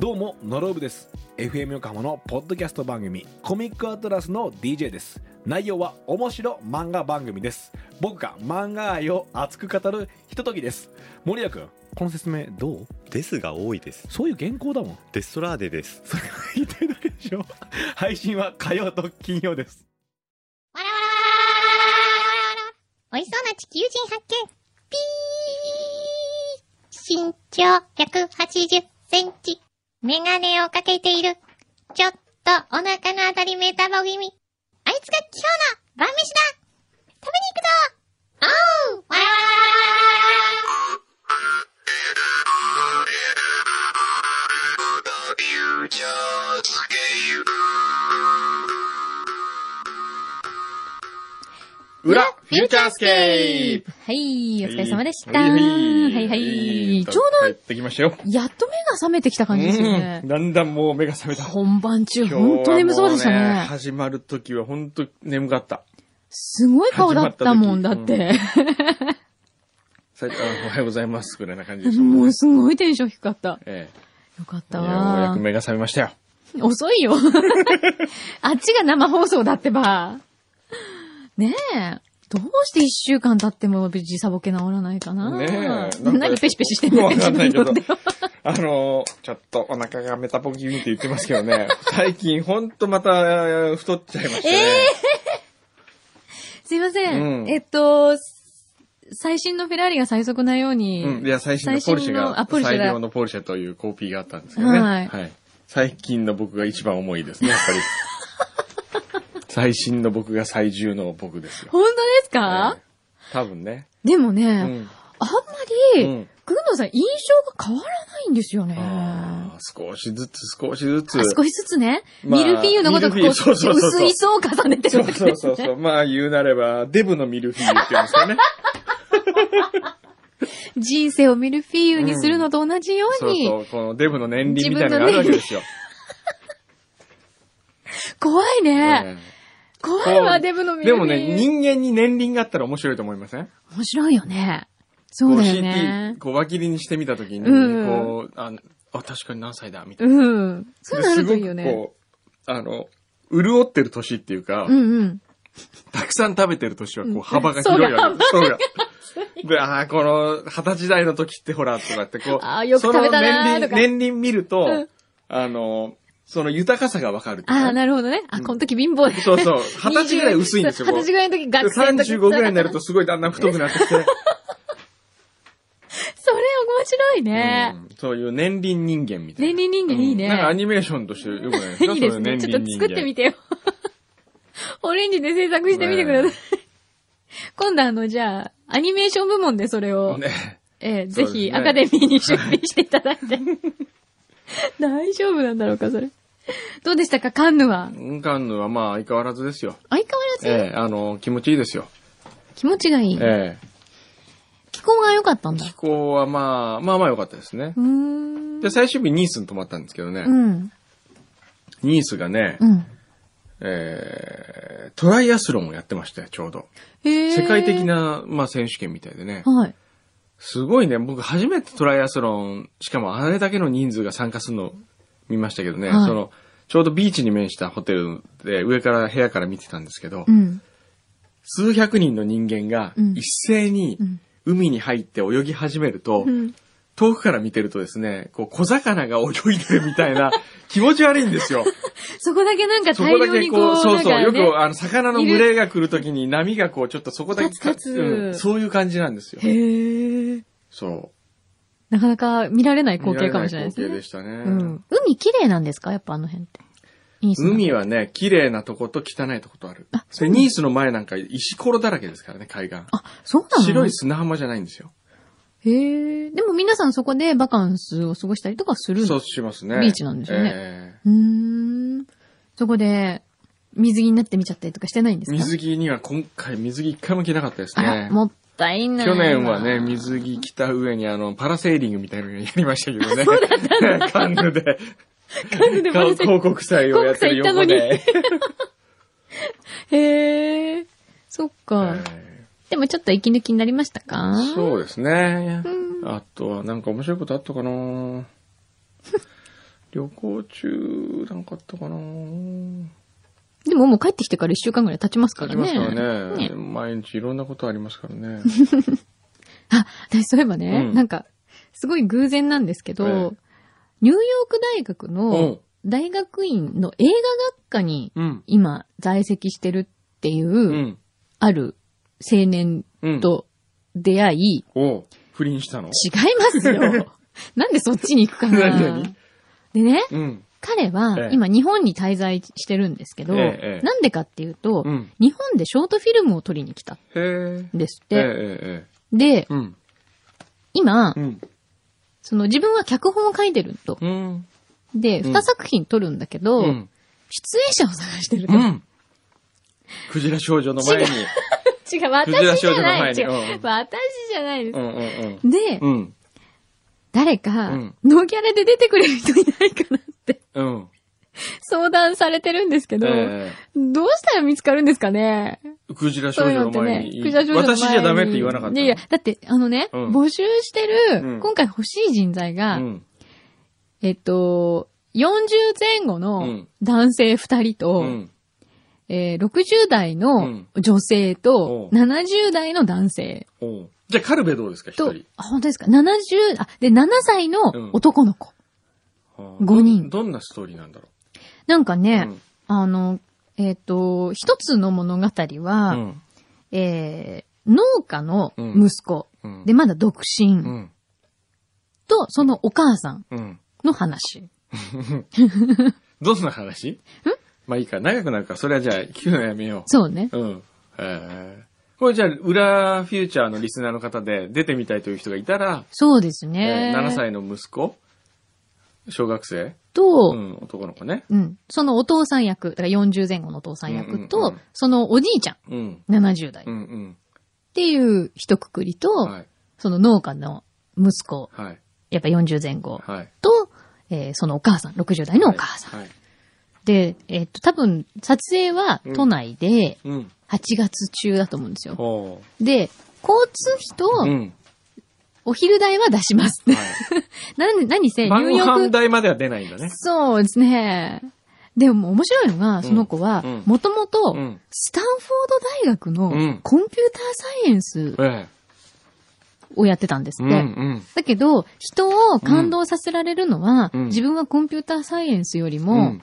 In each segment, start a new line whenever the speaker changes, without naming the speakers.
どうもノロブです FM 横浜のポッドキャスト番組コミックアトラスの DJ です内容は面白漫画番組です僕が漫画愛を熱く語るひとときです森谷君この説明どう
ですが多いです。
そういう原稿だもん
デストラーデです。
それが言いたいだけでしょ配信は火曜と金曜です
美味しそうな地球人発見。ピー身長180センチ。メガネをかけている。ちょっとお腹のあたりメタボ気味。あいつが今日の晩飯だ食べに行くぞおうわー
Futures Game.
裏フューチャースケープ
はい、お疲れ様でした。
は
はいい
はい
はい。ちょ
帰ってきましたよ。
うど、やっと目が覚めてきた感じですよね
うん。だんだんもう目が覚めた。
本番中、
今日はも
本当眠そうでした
うね
ね。
始まる時は本当眠かった。
すごい顔だったもんだ
始ま
っ
った時
て。
さあおはようございます。ぐらいな感じでしたもん
も
ね
う。すごいテンション低かった。
え
よかっ
え。
た
いやようや
わ
く。目が覚めましたよ。
遅い よ。あっちが生放送だってば。ねえ。どうして一週間経っても時差ボケ治らないかな
ねえなんか
何ペシペシしてんの
わかんないけど
自分の手を
あのー、ちょっとお腹がメタポキンって言ってますけどね。最近ほんとまた太っちゃいましたね。
すいません。
うん
えっと、最新のフェラーリが最速なように、
うん。いや、最新のポルシェ
最新のあ
が、
ポルシェ
最
だ
良のポルシェというコピーがあったんですよね。
はい
はい。最近の僕が一番重いですね、やっぱり。最新の僕が最重の僕ですよ。
本当ですか、
ええ多分ね。
でもね、
う
あんま
ん。
り、
うん
軍野さん印象が変わらないんですよね。
ああ、少しずつ少しずつ。
あ少しずつね、
まあ
ミルフィーユのごとくこ
ミ
う、
ルフィーユそうそうそうそう
薄い層を重ねてる
そ
わ
う
けです
そ
ね。
うそうそう。まあ言うなれば、デブのミルフィーユって言うんですかね。
人生をミルフィーユにするのと同じよう
そう
に、
そう。このデブの年輪みたいなのがあるわけですよ。
怖いね。
え
怖いわ、デブの
え
ミ
で
ルフ
も
ィーユ。
ね、人間に年輪があったら面白いと思いません
面白いよね。そうだよね
こう CT、。こう輪切りにしてみたときに、
うん
こう、ああ、確かに何歳だ、みたいな。
うん。そういうのあるといいよ
です
ね。
ごくこう、あの、潤ってる年っていうか、
うんうん。
たくさん食べてる年はこ
うん
う幅が広いわけです。そうが。
い
で、ああ、この二十歳代の時ってほら、とかってこう、
あーよく食べたなーと
その
か
年輪、年輪見ると、
うん
あの、その豊かさがわかるっていう
あ
か
あ、なるほどね。あ、この時貧乏で。
そうそう。二十歳ぐらい薄いんですよ、
20 20歳ぐらいの時学生の時
35ぐらいになるとすごいだんだん太くなってきて、
それ面白いね。
うんそういう年輪人間みたいな。
年輪人間いいね
うんなんかアニメーションとしてよくないですか
いいですね。ちょっと作ってみてよ。 オレンジで制作してみてください。今度あの、じゃあ、アニメーション部門でそれを、
ね。
えー
そう
ぜ
ですね
ひアカデミーに出品していただいて。 大丈夫なんだろうか、それ。どうでしたか、カンヌは。
うんカンヌはまあ相変わらずですよ。
相変わらず
ええあの、気持ちいいですよ。
気持ちがいい。
ええ
気候が良かったんだ。
気候はまあ、まあまあ良かったですね
う。ーん。
で、最終日ニースに泊まったんですけどね。
うん。
ニースがね、
うん。
ええトライアスロンをやってましたよ、ちょうど。
へー
世界的。な、まあ選手権みたいでね。
はい。
すごいね。僕初めてトライアスロン、しかもあれだけの人数が参加するのを見ましたけどね、
はい
その、ちょうどビーチに面したホテルで上から部屋から見てたんですけど、
うん。
数百人の人間が
うん
一斉に
うん
海に入って泳ぎ始めると、
うん。
遠くから見てるとですね、こう小魚が泳いでるみたい な気持ち悪いんですよ。
そこだけなんか
そ
大
こだ
量
け
にこ
こ
う、
う、そうそう、
なん
よ
かね
くあの魚の群れが来るときに波がこうちょっとそこだけ
立つ立つ
うんそういう感じなんですよ。
へえ。
そう。
なかなか見られない光景かもしれないです
見られ光景で。
ね
したね。
うん。海綺麗なんですかやっぱあの辺って。いい
海
は。
はね、綺麗なとこと汚いとことある。で、ニースの前なんか石ころだらけですからね、海岸。
あ、そうなの
白い砂浜じゃないんですよ。
へえ。でも皆さんそこでバカンスを過ごしたりとかするの
そうしますね。
ビーチなんですよね
え
うーん。そこで、水着になってみちゃったりとかしてないんで
え
すか
水着には今回水着一回も着なかったです
あら、
ね。
もったいない。
去年はね、。 水着着た上にあの、パラセーリングみたいなのやりましたけどね。 カンヌで。
カンヌでパラセーリング
広告祭をやってる横で。
へえ。そっ か。
え
でもちょっと息抜きになりましたか
えそうですね
う。ん。
あとはなんか面白いことあったかな 旅行中なんかあったかな
でももう帰ってきてから一週間ぐらい経ちますか
あ
ら
り
ね。
ますからね
ね
毎日いろんなことありますからね。
あ、私そういえばね、
うん
なんか、すごい偶然なんですけど、
え
ニューヨーク大学
うん
の大学院の映画学科に
うん。
今在籍してるっていう、
うん。
ある青年
うん。
と出会い、
おう不倫したの
違いますよ。 なんでそっちに行くか
何
な
々。
でね、
うん。
彼
え
は
え
今日本に滞在してるんですけど、
ええええ
なんでかっていうと、
うん。
日本でショートフィルムを撮りに来たん
へえ。
ですっ
ええ
て。
え
で
え。、うん。
今
う、ん。
その自分は脚本を書いてると。
うん。
で、
うん
二作品撮るんだけど、
うん。
出演者を探してると。
う
違う、
ん。クジラ少女の前に。クジラ
私じ
少
ゃ
女の
な
前
い。
に。
違
う
う、
ん
私じゃないで
う
す。
んうん
で、
うん。うん。
誰か
うん、
ノーギャラで出てくれる人いないかなって
うん。
相談されてるんですけど、
え
どうしたら見つかるんですかね
え。クジラ少
そうい
女
う
の
のって
前
ね
に。。
クジラ少女の前に
私じゃダメって言わなかったの。
いやいや、だって、あのね、
うん
募集して
う
る
ん、
今回欲しい人材が、
うん。
えっと、40前後
う
の
ん
男性2人と、
うん。
えー60代
う
の
ん
女性
お
と、70代の男性
おうじゃあ、カルベどうですか、一
と
人。、
あ、本当ですか ?70、あ、で、7歳の男の子。
はあ
五人
どんどんなストーリーなんだろ
なんか
う。
ね、あの、えっ、と、一つの物語
う
は、
ん。
えー農家の息子、
うん。
で、まだ独身、
うん。
と、そのお母さん
うん。
の話。
どんな話んまあいいか、長くなるから、それはじゃあ、聞くのやめよ
そうね。
う。うん。ええ。これじゃあ、裏フューチャーのリスナーの方で出てみたいという人がいたら、
そうです
え
ね。
ー7歳の息子小学生
と、
う
うん
ん、男の子ね。
そのお父さん役、だから40前後のお父さん役と、
うんうんうん
そのおじいちゃ
うん。
ん、70代
う
っ
んうん。
ていう一括りと、
はい。
その農家の息子、
はい。
やっぱ40前後
はい。
と、えーそのお母さん、60代のお母さん。
はい。
で、えっと、多分、撮影は都内で
うん。
8月中だと思うんですよ。
おう。
で、交通
う
費と
ん。
お昼代は出します。
は
なん、何
い。
せ、ニュー
晩
ヨ
ご飯
ーク。
代までは出ないんだね。
そうですね。でも面白いのが、その子は
うん、
もともと
う、ん。
スタンフォード大学
うん
のコンピューターサイエンス
え
をやってたんです
え。
っ
うん
て。
うん。
だけど、人を感動させられるのは、
うん
自分はコンピューターサイエンスより
う
も、
ん。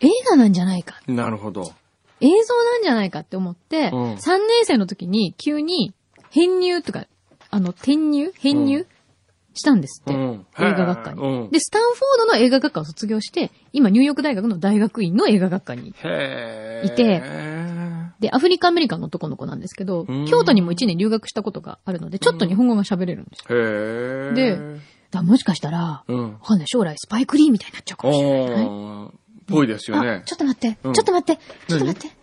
映画なんじゃないか、
なるほど。
映像なんじゃないかって思って、
うん
3年生の時に急に編入とか、あの、転入編
う
入
ん
したんですって。
うん。
映画学科に、
うん。
で、スタンフォードの映画学科を卒業して、今ニューヨーク大学の大学院の映画学科に。
へえ。
いてで、アフリカアメリカの男の子なんですけど
うん、
京都にも1年留学したことがあるので、ちょっと日本語が喋れるんですよ。
へえ。
でだからもしかしたら、
うん
わ。かんない。将来スパイクリーみたいになっちゃうかもしれない。
おー。ぽいですよ
あ
ね、
ち。ょっと待って、
うん
ちょっと待って、ちょっと
何
待って。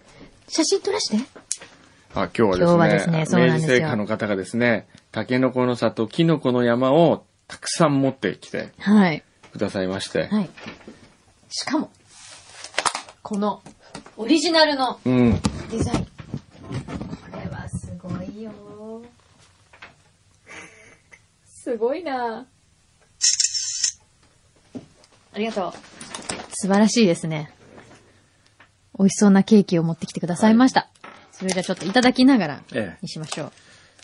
写真撮らして。
あ、今日
今日
は
は
で
ですす
ね
ね、そうなん
明
で
治
すよ
製菓の方がですね、タケノコの里、キノコの山をたくさん持ってきて
はい。
くださいまして。
はい。しかも、この、オリジナルの
うん。
デザイン。これはすごいよ。 すごいなありがとう。素晴らしいですね。美味しそうなケーキを持ってきてくださいました。それじゃあちょっといただきながら
え
にしましょ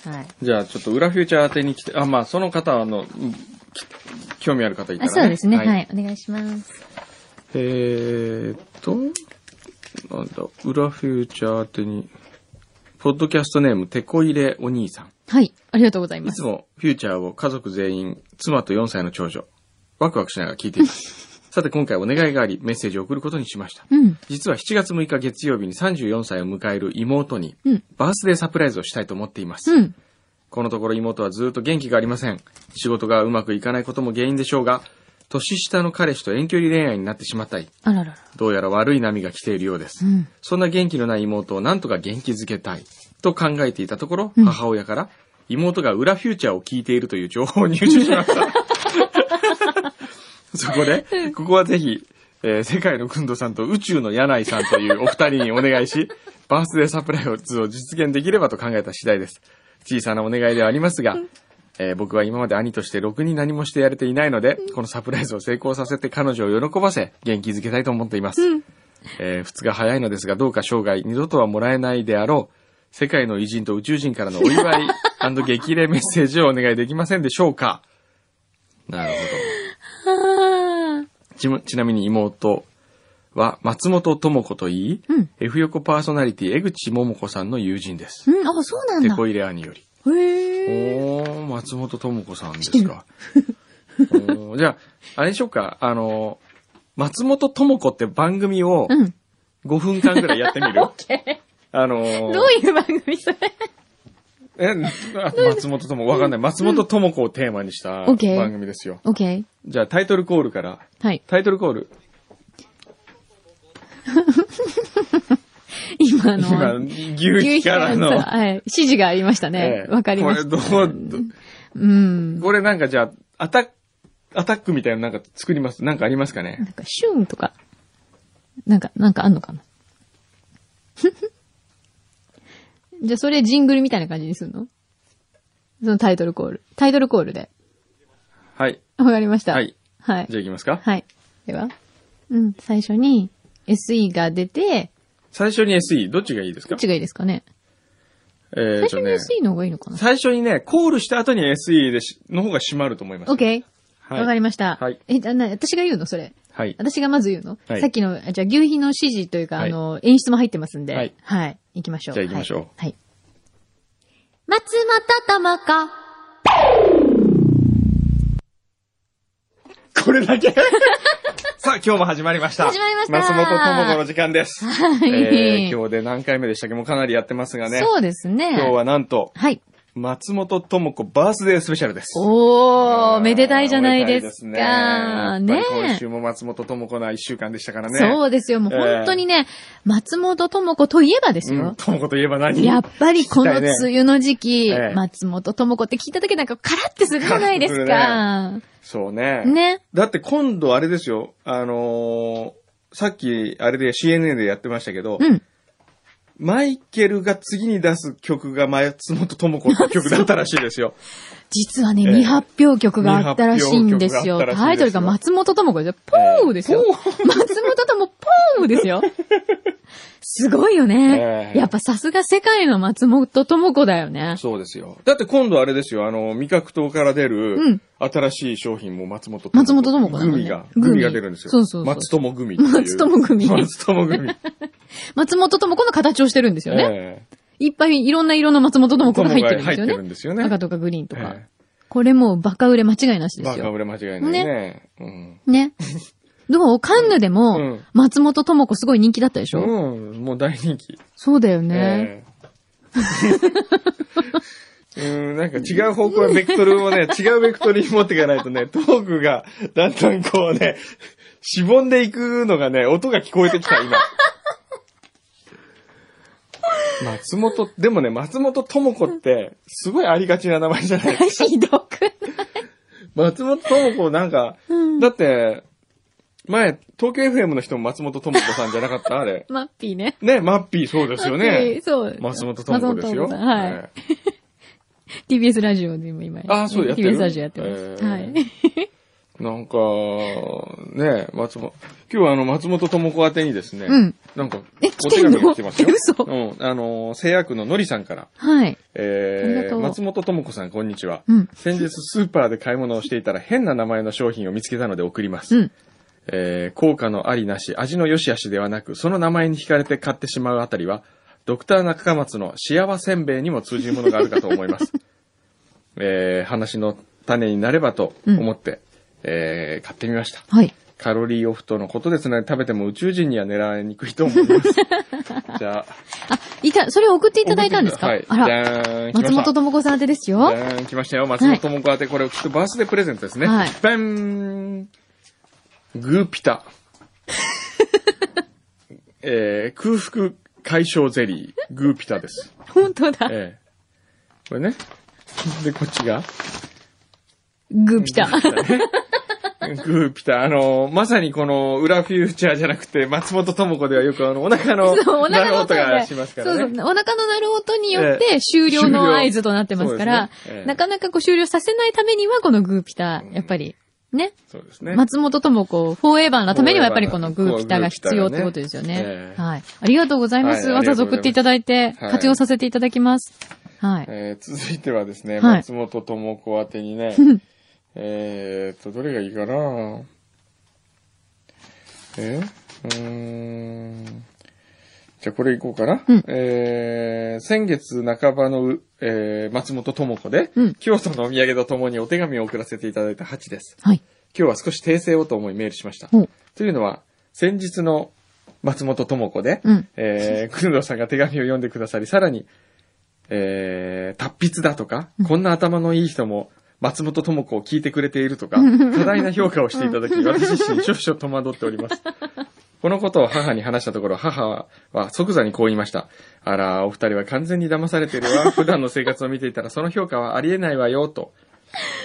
う。はい。
え。じゃあ、ちょっと裏フューチャー宛てに来て、あ、まあ、その方の、うんき興味ある方いた
あ
ら、ね。
そうですね、はい。お願いします。
えーっと、なんだ、裏フューチャー宛てに、ポッドキャストネーム、テコ入れお兄さん。
はい。ありがとうござい
い
ま
つ
す。
もフューチャーを家族全員、妻と4歳の長女、ワクワクしながら聞いてい ます。さて今回お願いがあり、メッセージを送ることにしました。
うん。
実は7月6日月曜日に34歳を迎える妹に、
うん
バースデーサプライズをしたいと思っています。
うん。
このところ妹はずっと元気がありません。仕事がうまくいかないことも原因でしょうが、年下の彼氏と遠距離恋愛になってしまったり、
あららら。
どうやら悪い波が来ているようです。
うん。
そんな元気のない妹をなんとか元気づけたいと考えていたところ、
うん
母親から妹が裏フューチャーを聞いているという情報を入手しました。 そこで、ここはぜひ、えー世界のくんどさんと宇宙の柳井さんというお二人にお願いし、バースデーサプライズを実現できればと考えた次第です。小さなお願いではありますが、えー僕は今まで兄としてろくに何もしてやれていないので、このサプライズを成功させて彼女を喜ばせ、元気づけたいと思っています。えー2日早いのですが、どうか生涯二度とはもらえないであろう、世界の偉人と宇宙人からのお祝い激励メッセージをお願いできませんでしょうかなるほ
あー
ど。ちもちなみに妹は松本智子といい、
うん
F 横パーソナリティ江口桃子さんの友人です。
うん、あ、そうなん
テ
だ。
コ入れ兄より。
へえ。
おー、松本智子さんです か。おーじゃあ、あれでしょうか、あの、松本智子って番組を
うん。
5分間ぐらいやって みるあの
ど
ー
ういう番組それ
え、あ松本智子、わかんない。松本智子をテーマにした
オッケー
番組ですよ。
オッケー。
じゃあ、タイトルコールから。
はい。
タイトルコール。
今の
今、
は。
牛皮からの
牛皮。はい。指示がありました
え。
ね
え
わかりまし
こ
た。
れどうどう、
うん。
これなんかじゃあ、アタック、アタックみたいなのなんか作ります。なんかありますかね
なんか、シューンとか、なんか、なんかあんのかな。 じゃあ、それジングルみたいな感じにするのそのタイトルコール。タイトルコールで。
はい。
わかりました。
はい。
はい
じ。ゃあ行きますか。
はい。では、うん、最初に SE が出て、
最初に SE、どっちがいいです
ど
か
っちがいいですかね
え
最
ー
初
と
に
ね、
SE の方がいいのかな
最初にね、コールした後に SE でし、の方が閉まると思います。
?OK。
はい
わかりました。
はい
え、じゃあな、私が言うのそれ。
はい。
私がまず言うの、
はい
さっきの、じゃあ、牛皮の指示というか、
はい
あの、演出も入ってますんで。は
はいい。
行きましょう。
じゃあ行きましょう
はい。はい松本智子。
これだ けさあ、今日も始まりました。
始まりました
松本智子の時間です。
はい
えー今日で何回目でしたっけもうかなりやってますがね。
そうですね。
今日はなんと、
はい。
松本智子バースデースペシャルです。
お
あ
ー、
ー
めでたいじゃないで
お
す
めでた
か。
いですね。や
ね
っぱり今週も松本智子な一週間でしたからね。
そうですよ。もう
えー
本当にね、松本智子といえばです
うん
よ。
智子といえば何
やっぱりこの
聞きたい
梅
ね
雨の時期、
ええ
松本智子って聞いただけなんかカラってするじゃないです
カ
か。
そうね。
ね。
だって今度あれですよ、あのーさっきあれで CNN でやってましたけど、
うん。
マイケルが次に出す曲が松本智子って曲だったらしいです よ。
実はね、
ええ
未発表曲があったらしいんですよ。
未発表曲があったらしいですよ
タイトルが松本智子じゃ、ポーですよ。松本智子、ポーですよ。すごいよ
え
ね。
え
やっぱさすが世界の松本智子だよね。
そうですよ。だって今度あれですよ、あの、味覚糖から出
うん
る、新しい商品も松本智子。
松本智子だもん
グ
ね
ミが、
グミ
グミが出るんですよ。
そうそうそう
松友グミっていう。
松友グミ
松友 グミ。
松本智子の形をしてるんですよね。
ええ
いっぱいいろんな色の松本智子が入ってるん
智子
です
が
よ
入ってるん
ね。
ですよね。
赤とかグリーンとか
え。
これもうバカ売れ間違いなしで
バ
す
カ
よ。
売れ間違いないね。うん。
ね。どうカンヌで
う
も
ん、
松本智子すごい人気だったでしょ、
うん、もう大人気。
そうだよね。
ええうん、なんか違う方向へベクトルを ね、違うベクトルに持っていかないとね、トークがだんだんこうね、しぼんでいくのがね、音が聞こえてきた、 今。松本、でもね、松本智子って、すごいありがちな名前じゃない
ひどくない。
松本智子なんか、だって、前、東京 FM の人も松本智子さんじゃなかったあれ。
マッピーね。
ね、マッピーそうですよ
マッピ
ね
ー。そう。
松本智子ですよ。
松本智子さんはい。
ええ
TBS ラジオでも今
あそうやってる
TBS ラジオやってます。
え
はい。
ーなんか、ね、松本、今日はあの、松本智子宛てにですね、
うん
なんか
え、
お
来て
手
んの
紙が来てますよ。
え嘘
うん、あの、製薬ののりさんから、
はい。ありが
え
と
ー、
う
松本智子さん、こんにちは。
うん
先日、スーパーで買い物をしていたら、変な名前の商品を見つけたので送ります。
うん。
えー、効果のありなし、味の良し悪しではなく、その名前に惹かれて買ってしまうあたりは、ドクター中松の幸せんべいにも通じるものがあるかと思い ます。えー、話の種になればと思って、えー、買ってみました。
はい。
カロリーオフとのことですので、食べても宇宙人には狙われにくいと思い ます。じゃあ、
あ、いた、それを送っていただいたんですか
はい。じ
あ
ゃ
ら、
ーん、来まし
松
た。
本智子さん宛てですよ。
じゃーん、来ましたよ。松本智子宛て、これ、きっとバースデープレゼントですね。
はい
バングーピタ。 えー、空腹解消ゼリー、グーピタです。
本当だ。
えー、これね。で、こっちが、
グーピタ。
グーピタ、あの、まさにこの、裏フューチャーじゃなくて、松本智子ではよくあの、お腹の、
そうお
な
腹
る
の
音
音
が
で。
し
そう
ます
そ
か
う。
らね。
お腹の鳴る音によって終了の合図となってますか
終了そう
ら、
ですねええ
なかなかこう終了させないためにはこのグーピタ、やっぱり、ね。
そうですね。
松本智子、フォーエバーのためにはやっぱりこのグーピタが必要ってことですよ
フォーエバーがね
ね
え。え
はい。ありがとうございます。
はい
わざわざ送っていただいて、
はい
活用させていただきます。はい。
えー続いてはですね、
はい
松本智子宛てにね、えーっと、どれがいいかなえうーん。じゃあこれいこうかな。
うん
えー先月半ばのう、えー松本智子で、
うん
京都のお土産とともにお手紙を送らせていただいた8です。
はい。
今日は少し訂正をと思いメールしました。
ほう
というのは、先日の松本智子で、
うん
えー、くんどうさんが手紙を読んでくださり、さらに、えー、達筆だとか、こんな頭のいい人も、松本智子を聞いてくれていると か、多大な評価をしていただき、私自身少々戸惑っております。このことを母に話したところ、母は即座にこう言いました。あら、お二人は完全に騙されているわ。普段の生活を見ていたら、その評価はありえないわよ、と。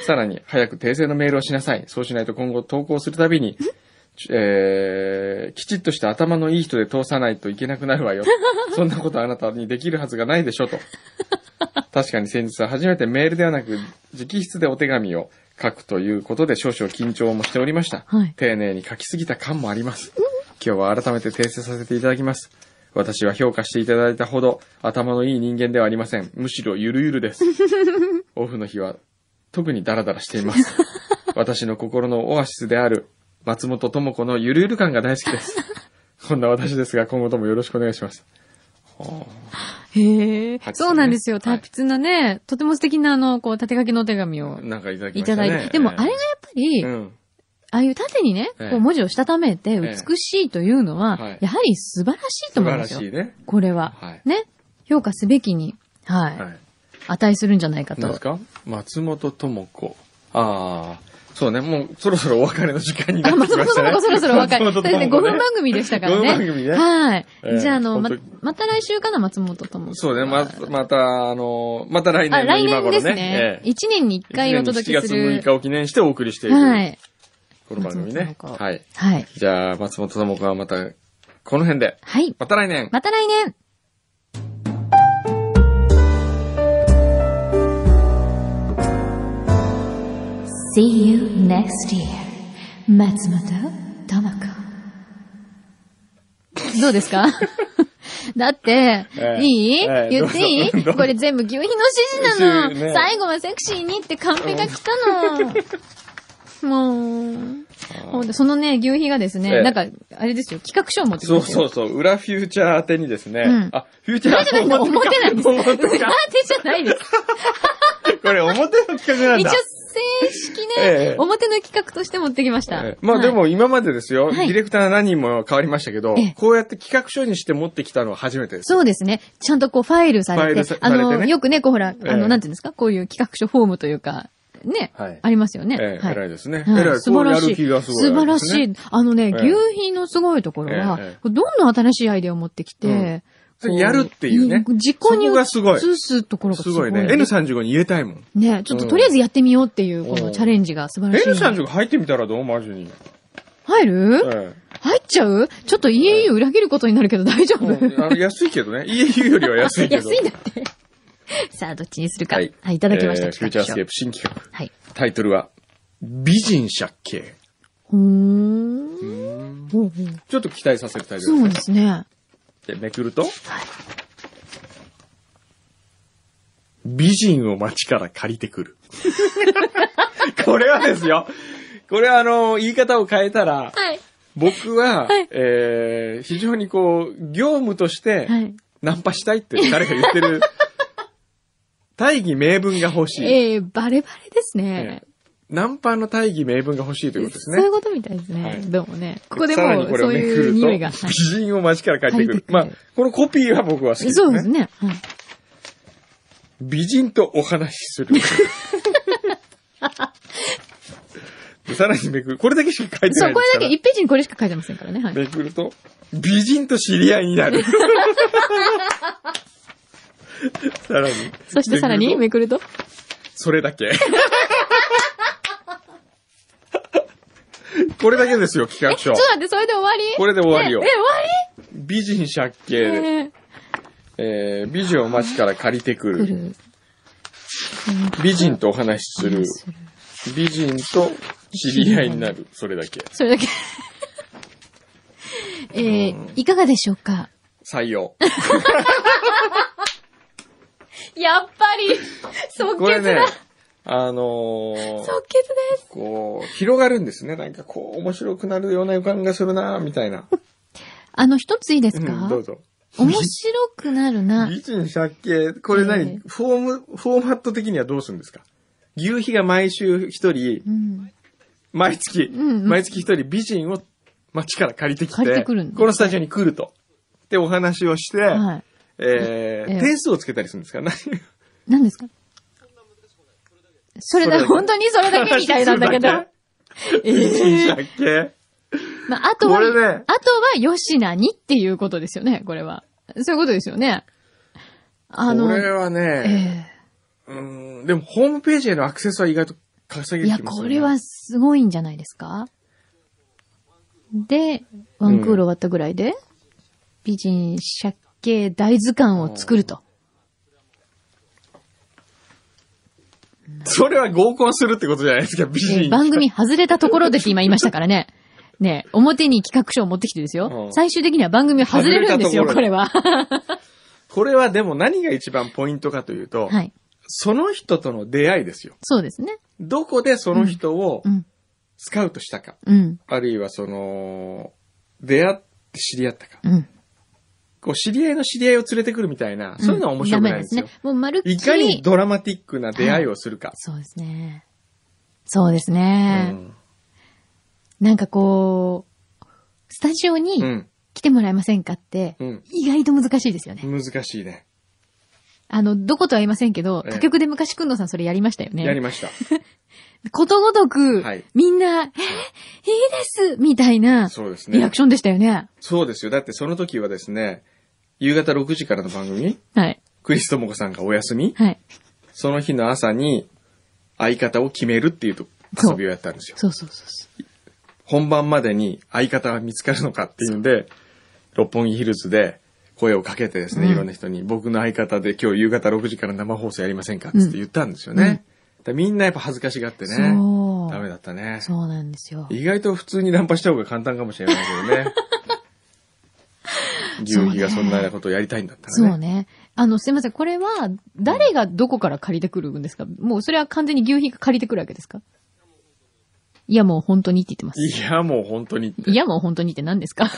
さらに、早く訂正のメールをしなさい。そうしないと今後投稿するたびに、えー、きちっとした頭のいい人で通さないといけなくなるわよ。そんなことあなたにできるはずがないでしょ、と。確かに先日は初めてメールではなく、直筆でお手紙を書くということで少々緊張もしておりました。
はい
丁寧に書きすぎた感もあります。今日は改めて訂正させていただきます。私は評価していただいたほど頭のいい人間ではありません。むしろゆるゆる です。オフの日は特にダラダラしてい ます。私の心のオアシスである松本智子のゆるゆる感が大好きです。こんな私ですが今後ともよろしくお願いします。
へえ
八、ですね
そうなんですよ。
はい
達筆なね、とても素敵なあの、こう、縦書きのお手紙を
なんかいただき
い
ました
ただ
ね。
いて。でも、あれがやっぱり、
うん。
ああいう縦にね、
ええ
こう文字をしたためて
ええ
美しいというのは、
はい
やはり素晴らしいと
素
思う
晴
んで
ら
すよ。
しいね。
これは、
はい
ね。評価すべきに、はい。
はい。
値するんじゃないか
何で
と
す。か松本智子。ああ。そうね、もうそろそろお別れの時間になっ
あ、
て
松
きま
本
した
智
ね。
子そろそろお 別れ。そ
松本
うですね、
智
5
子
分番組でしたからね。
5分番組ね
はい。
ええ
じゃあ、あの、ま
本当に、
また来週かな、松本智子。
そうね、ま、また、あの、また来年
あ、
の
来
今
年
頃
で
ね。
すね。
ええ
1年に1回お届けす
1年に7
る。
月6日を記念してお送りしている、
はい。
この番組ね。
松本智子
はい。
はい。
じゃあ、松本智子はまた、この辺で。
はい。
また来年
また来年松本智子。どうです かだって、
ええ
いい、
ええ
言ってい
どう
い
ぞ
これ全部牛皮の指示なの、
牛皮ね
最後はセクシーにってカンペが来たのもう、ほんとそのね、牛皮がですね、
ええ
なんか、あれですよ、企画書を持ってき
そ
ま
う
すよ
そうそう、裏フューチャー宛てにですね、
うん
あ、フューチャー
表の表なんです。裏
表
手じ
か
ゃないです。
これ表の企画なん
一応
だ。
正式ね、
ええ
表の企画として持ってきました。
ええまあ
はい
で、も今までですよ、
はい
ディレクター何人も変わりましたけど、
ええ
こうやって企画書にして持ってきたのは初めてです。
そうですね。ちゃんとこうファイルされ
フ
て、
ァイルされて
あ
ね
の、よくね、こうほら、
ええ
あの、なんていうんですか、こういう企画書フォームというか、ね、
はい
ありますよね。
ええ
はい
偉いですね。
はい
偉い。
素
こう
晴
や
らし
る
い。
気がすごい、
素晴らしい。。あのね、
ええ
牛皮のすごいところは、
ええ
どんどん新しいアイデアを持ってきて、
うん
こ
やるっていうね
実行に
そこがすごい
移すところが
す
すご
ご
い。
いね。N35 に言えたいもん。
ね、ちょっと
うん
とりあえずやってみようっていう、こ
う
の
ん
チャレンジが素晴らしい。
N35 入ってみたらどうマジに。
入る、
え
入っちゃうちょっと EAU 裏切ることになるけど大丈
え
夫、
うんあの安いけどね。EU よりは安いけど。
安いんだって。 さあ、どっちにするか。はい、いた
え
だきました。
ーフューチャースケー
プ。
プ新企画。
はい。
タイトルは、美人借景。
ほーん。ほうほう
ちょっと期待させるタイト
そ
ル
う
で
ですね。
す。でめくると、美人を街から借りてくる。 これはですよ。これはあの、言い方を変えたら、
はい。
僕は、
はい
えー非常にこう、業務として、
はい。
ナンパしたいって誰か言って る、大義名分が欲しい。
えー、バレバレですね。
ナンパの大義名分が欲しいということです
そうい
ね
う。ことみたいですね。
はい
どうもね。ここで
さら
も
に
う、
これ
そ
を
う
めく
いう
ると、
匂いが。はい
美 人を街から借りてくる。
借りてくる
まあ、このコピーは僕は好きですね。
そうですね。はい
美人とお話し する。でさらにめくる。これだけしか書いて
そ
な
う、
い
こ
ですか
れだ
ら
け、1ページにこれしか書いてませんからね。はい。
めくると、美人と知り合いにな る。さらに。
そしてさらに
めくる
めくると。
とそれだけ。これだけですよ、企画
ち
書
ょっ。と待って、それで終わり
これで終わりよ
え、え終わり
美人借
え
景、
ー
えー、美女を街から借りてく
来
る。
る。
美人とお話しする。
する
美人と知り合いになる。それだけ。
それだけ。 えー、いかがでしょうか
採用。
やっぱり、即
これ
決
ね
だ、
あのー
即決です
こう、広がるんですね。なんかこう、面白くなるような予感がするなみたいな。
あの、一ついいですか、
うん、どうぞ。
面白くなる な。
美人借景、これ何、
ええ
フォーム、フォーマット的にはどうするんですか牛皮が毎週一人
う、ん。
毎月、
んうん
毎月一人美人を街から借りてきて、
借りてくるんだ
このスタジオに来ると。で、お話をして、
はい。
えー
ええ
点数をつけたりするんですか何
何ですかそれ
それだ
だ、
け
本当にそれだけみたいなんだけ ど。
話
え
美人
え
借景。
まあ、あとは、
これね
あとは、よしなにっていうことですよね、これは。そういうことですよね。あの、
これは
え
ね、
え
うん、でもホームページへのアクセスは意外と稼げ
い
る
や、
気もす
こ
る、
れは、すごいんじゃないですかで、ワンクール終わったぐらいで、美人借景大図鑑を作ると。
それは合コンするってことじゃないですか、美
え
人。
ー番組外れたところでって今言いましたか らね。ねえ表に企画書を持ってきてですよ。
うん
最終的には番組を外れるんですよ、
外れたところで
これは。
これはでも何が一番ポイントかという と、
はい。
その人との出会いですよ。
そうですね。
どこでその人を
うん。
スカウトしたか、
うん。
あるいはその、出会って知り合ったか、
うん。
こう知り合いの知り合いを連れてくるみたいな、そういうのは面白くないんですよ
ダメ。ね。もうまるっきり。
いかにドラマティックな出会いをするか。
そうですね。そうです
う
ね。
ん
なんかこう、スタジオ
う
に
ん。
来てもらえませんかって、
うん。
意外と難しいですよね。
難しいね。
あの、どことは言いませんけど、
ええ
他局で昔くんのさんそれやりましたよね。
やりま した。
ことごとく、
はい
みんな、えーいいですみたいな、
そうです
リア
ね
ク。ションでしたよね。
そうですよ。だってその時はですね、夕方6時からの番組、
はい。
クリスともこさんがお休み、
はい。
その日の朝に相方を決めるっていうと遊びをやったんですよ。
そうそうそうそ
本番までに相方が見つかるのかっていうんで、六本木ヒルズで声をかけてですね、
うん
いろんな人に、僕の相方で今日夕方6時から生放送やりませんかっつって言ったんですよね。だからみんなやっぱ恥ずかしがって
う。
ね、
そう。
ダメだったね。
そうなんですよ。
意外と普通にナンパした方が簡単かもしれないけ どね。牛皮がそんなようなことをやりたいんだったらね。
そうね。あの、すいません。これは、誰がどこから借りてくるんですかもう、それは完全に牛皮が借りてくるわけですかいや、もう本当にって言ってます。
いや、もう本当にって
いや、もう本当にって何ですか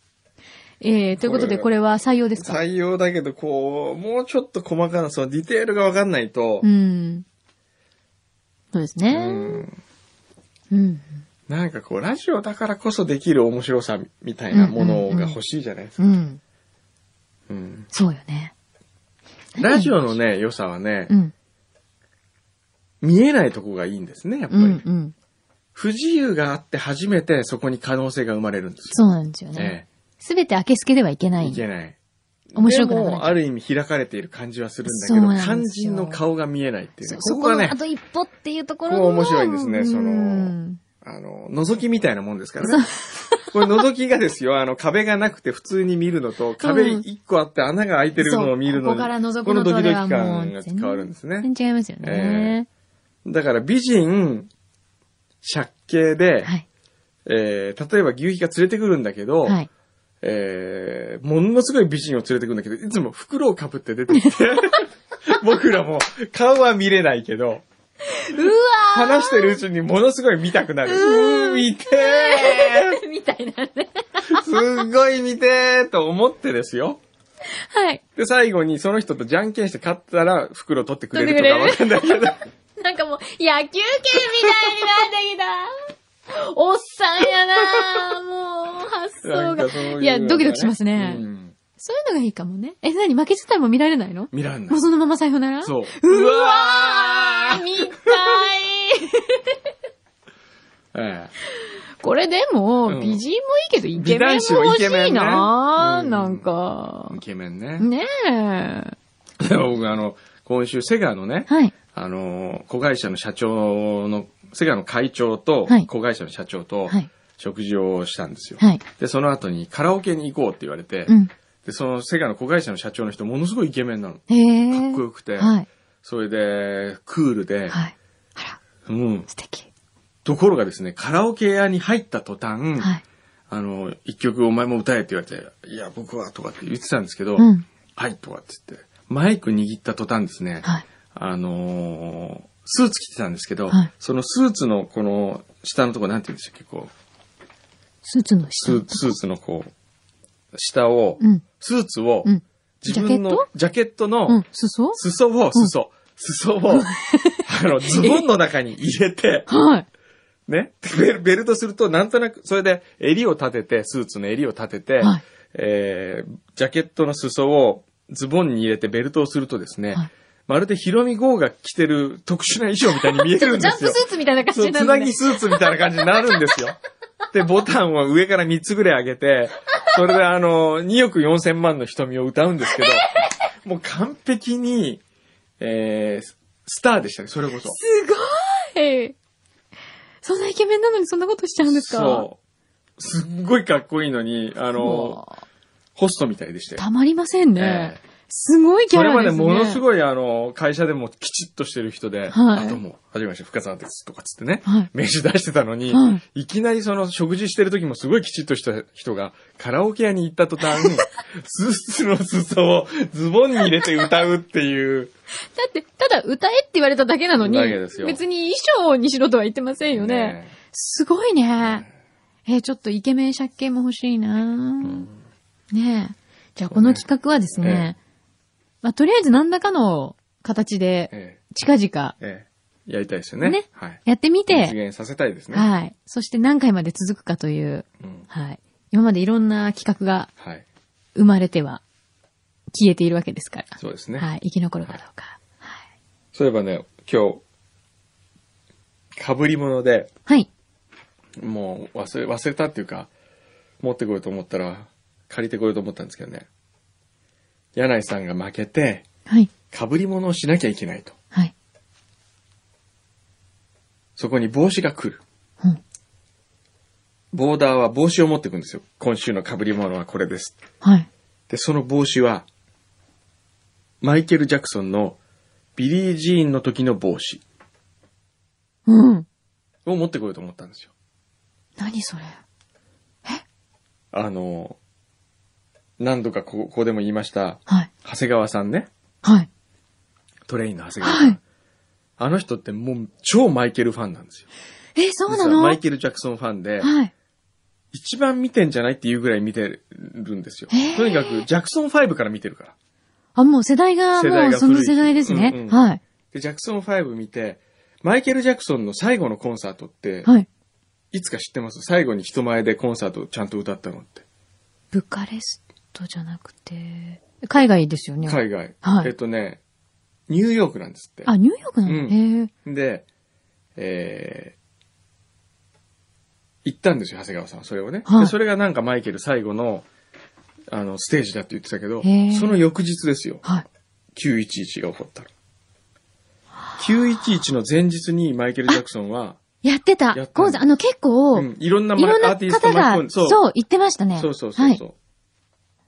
えー、ということで、こ
こ
れは採用ですか
採用だけど、こう、もうちょっと細かな、そのディテールがわかんないと
う、ん。そうです
う
ね。
ん、
うん。
なんかこう、ラジオだからこそできる面白さみたいなものが欲しいじゃないですか。
うん。
うん
そうよね。
ラジオのね、良さはね
う、ん。
見えないとこがいいんですね、やっぱ
うん。う
り。
ん。
不自由があって初めてそこに可能性が生まれるんです
そうなんですよ
よ。
ね。
え
すべて明けすけではいけな
え
い。
いけない。
面白くな
で
くなる
も、ある意味開かれている感じはするんだ
そう
けど、
なん
肝
ですよ
心の顔が見えないっていうね。
そ
ここが
の
ね
あ、と一歩っていうところ
ここ面白いですね
うん
そのあの、覗きみたいなもんですからね。これ覗きがですよ、あの、壁がなくて普通に見るのと、壁一個あって穴が開いてるのを見る
そう
の
ここから
に、
覗くのと
このドキ
で
ド
は
キ
も
感
う
が
全
変わるんですね
全。然違いますよね。
だから美人、借景で、
はい。
えー、例えば牛皮が連れてくるんだけど、
はい。
えー、ものすごい美人を連れてくるんだけど、いつも袋をかぶって出てき て、僕らも顔は見れないけど、
うわ
話してるうちにものすごい見たくなる。うー見てー
ー みたいなね。
すっごい見てーと思ってですよ。
はい。
で、最後にその人とじゃんけんして勝ったら袋取ってくれるとかわかんないけど。
なんかもう、野球拳みたいになってきた。おっさんやなもう、発
な
想
んか
が。
そううのが
いや、ドキドキしますね。
うん
そういうのがいいかもね。え、なに負け自体も見られないの
見らんな
もう
い。
そのままさよなら
そう。
うわー
わ
見た い
ーえ
これでも、
うん
美人もいいけど、イケメンも
美男
欲し
子はイケメ
い
ンね
な、
うん
なんか
え。イケメンね。
ねえ。
でも僕あの、今週セガのね、
はい。
あの、子会社の社長の菅野会長と
はい
子会社の社長と
はい
食事をしたんですよ。
はい。
で、その後にカラオケに行こうって言われて、
うん。
で、そのセガの子会社の社長の人、ものすごいイケメンなの。か
へえ。
っこよくて、
はい。
それで、クールで、
はい。あ
う
ら、
ん。
素敵。
ところがですね、カラオケ屋に入った途端、
はい。
あの、一曲お前も歌えって言われて、いや、僕は、とかって言ってたんですけど、
うん。
はい、とかって言って、マイク握った途端ですね、
はい。
あのースーツ着てたんですけど、
はい
そのスーツのこの、下のとこなんて言うんでしたっけ、こう、
スーツの
ス。
下
ースーツのこう、下を、
うん。
スーツを、
うん。
自分のジャケットの、
うん。裾
裾を、裾、裾を、あの、ズボンの中に入れて、
はい。
ね、 ベルベルトすると、なんとなく、それで、襟を立てて、スーツの襟を立てて、
はい
えー、ジャケットの裾をズボンに入れてベルトをするとですね、
はい
まるでヒロミ号が着てる特殊な衣装みたいに見え
ちょっ
る
と
んで
ジャン
す
プ
よ。
スーツみたいな感
そう
じ
つ
なんだ
な
ね
ぎ。スーツみたいな感じになるんですよ。で、ボタンを上から3つぐらい上げて、それであの、2億4千万の瞳を歌うんですけど、もう完璧に、えー、スターでしたね、それこそ。
ええそんなイケメンなのにそんなことしちゃうんですか
そう。すっごいかっこいいのに、あの、
わあ
ホストみたいでしたよ。
たまりませんね。
ええ
すごいキ
こ
ャ
れ
ラ
ま
で
です
ね。
ものす
い。
ごいあの、会社でもきちっとしてる人で、
はい
あ、どうも、はじめまして、深澤です、とかつってね、
はい
名刺出してたのに、、
はい
きなりその食事してる時もすごいきちっとした人が、カラオケ屋に行った途 端、スーツの裾をズボンに入れて歌うっていう、
だって、ただ歌えって言われただけなのに、
だけですよ
別に衣装にしろとは言ってませんよね。
え
すごいね。えーちょっとイケメン借景も欲しいな、ねえ。じゃあこの企画はですね、まあとりあえず何らかの形で、
え
近々
えええやりたいですよね。
ね
はい。
やってみて、
実現させたいですね。
はい。そして何回まで続くかという、
うん
はい。今までいろんな企画が
はい。
生まれては消えているわけですから。
そうですね。
はい。生き残るかどうか。
そういえばね、今日、かぶり物で、
はい。
もう忘れ、忘れたっていうか、持ってこようと思ったら、借りてこようと思ったんですけどね。柳井さんが負けて、
はい。
被り物をしなきゃいけないと。
はい。
そこに帽子が来る。
うん
ボーダーは帽子を持っていくんですよ。今週の被り物はこれです。
はい。
で、その帽子は、マイケル・ジャクソンのビリー・ジーンの時の帽子
うん。
を持ってこようと思ったんですよ。
何それ。
あの、何度かこここでも言いました、
はい。
長谷川さんね。
はい。
トレインの長谷川さん。
はい
あの人ってもう超マイケルファンなんですよ。
え、そうな
実は
の
マ
は
イケル・ジャクソンファンで、
い。
一番見てんじゃないっていうぐらい見てるんですよ。
へー
とにかく、ジャクソン5から見てるから。
あ、もう世代が、
世代
もう
が
そ
古い
の世代ですね。
うんうん
はい。
で、ジャクソン5見て、マイケル・ジャクソンの最後のコンサートって、
はい。
いつか知ってます最後に人前でコンサートをちゃんと歌ったのって。
ブカレストじゃなくて、海外ですよね。
海外。
はい
えっとね、ニューヨークなんですって。
あ、ニューヨークなの、
うん
へえ。
で、えー、行ったんですよ、長谷川さんは、それをね。
はい
でそれがなんかマイケル最後の、あの、ステージだって言ってたけど
へー、
その翌日ですよ、
はい。
911が起こったの。911の前日にマイケル・ジャクソンは、
やってた
やって。た
ゴーズあの、結構、
うんいろんなま
いろんな
アーティスト
方
巻き
が
込ん、で、
そう、言ってましたね。
そうそうそう
はい
そう。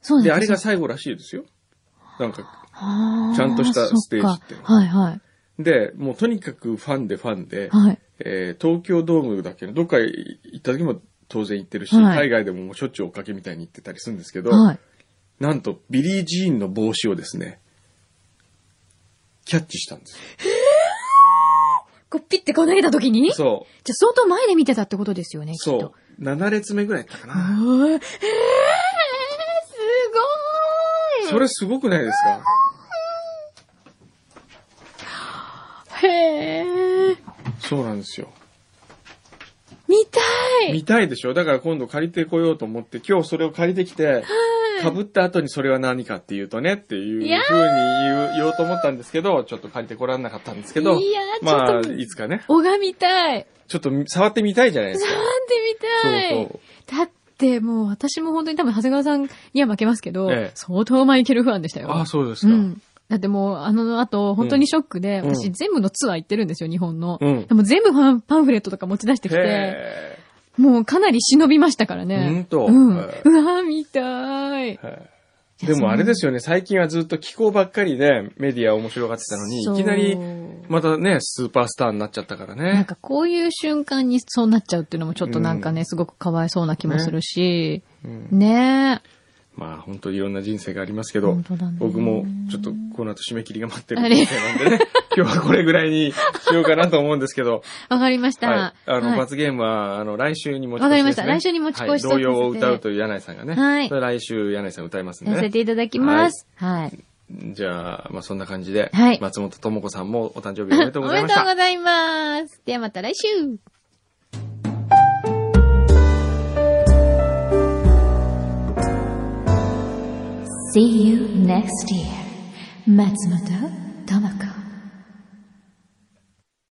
そうなん
で、
です
あれが最後らしいですよ。なんか、
あ
ちゃんとしたステージって
そかはいはい。
で、もうとにかくファンでファンで、
はい。
えー東京ドームだっけど、どっか行った時も当然行ってるし、
はい
海外でももうしょっちゅう追っかけみたいに行ってたりするんですけど、
はい。
なんとビリー・ジーンの帽子をですね、キャッチしたんですよ。
こう、ピッてこう投げた時にじゃ
そ
あ相当前で見てたってことですよね、
う。
きっ
そ
と。
う。7列目ぐらいだったか
う
な。
わーえー、すご
それすごくないですか
ーいへー
そうなんですよ。
見たい
見たいでしょだから今度借りてこようと思って、今日それを借りてきて、被った後にそれは何かっていうとねっていうふうに
いや
言
ー
う言おうと思ったんですけど、ちょっと借りてこられなかったんですけど、
いやーちょ
ま
っ
あ
と、
いつかね、
拝みたい
ちょっと触ってみたいじゃないですか。
なんて見たい
そうそう
だってもう私も本当に多分長谷川さんには負けますけど、
ええ
相当マイケルファンでしたよ。
そうで
うん。だってもう、あの後、本当にショックで、
うん
私全部のツアー行ってるんですよ、日本の。
うん
でも全部パンパンフレットとか持ち出してきて、
へ
もうかなり忍びましたから
え。うん
ね。
と。
うん。う
へ
わ
え
ー、見たい。
でもあれです
よ、
よね、最近はずっと気候ばっかりでメディア面白がってたのに、いきなり
そう
またね、スーパースターになっちゃったから
なん
ね。
かこういう瞬間にそうなっちゃうっていうのもちょっとなんかね、すごくかわいそうな気もするし、
うん
ね
まあ本当いろんな人生がありますけ
え。
ど、
本当だね。
僕もちょっとこの後締め切りが待ってる
あれ
みたいなんでね、 今日はこれぐらいにしようかなと思うんですけ ど、
わかりました。
はい。あの、
はい
罰ゲームは、あの、来週に持ち越しです、ね。
わかりました来週に持ち越しと
はい。童謡を歌うという柳井さんがね。
はい
それ来週柳井さん歌いますん
や
で
らせ
ね。
ていただきます。はい。
じゃあ、まあそんな感じで、
はい
松本智子さんもお誕生日おめでとうございま
おめで
し
とう
た
ご。ざいます。ではまた来週。
See you next year. 松本智子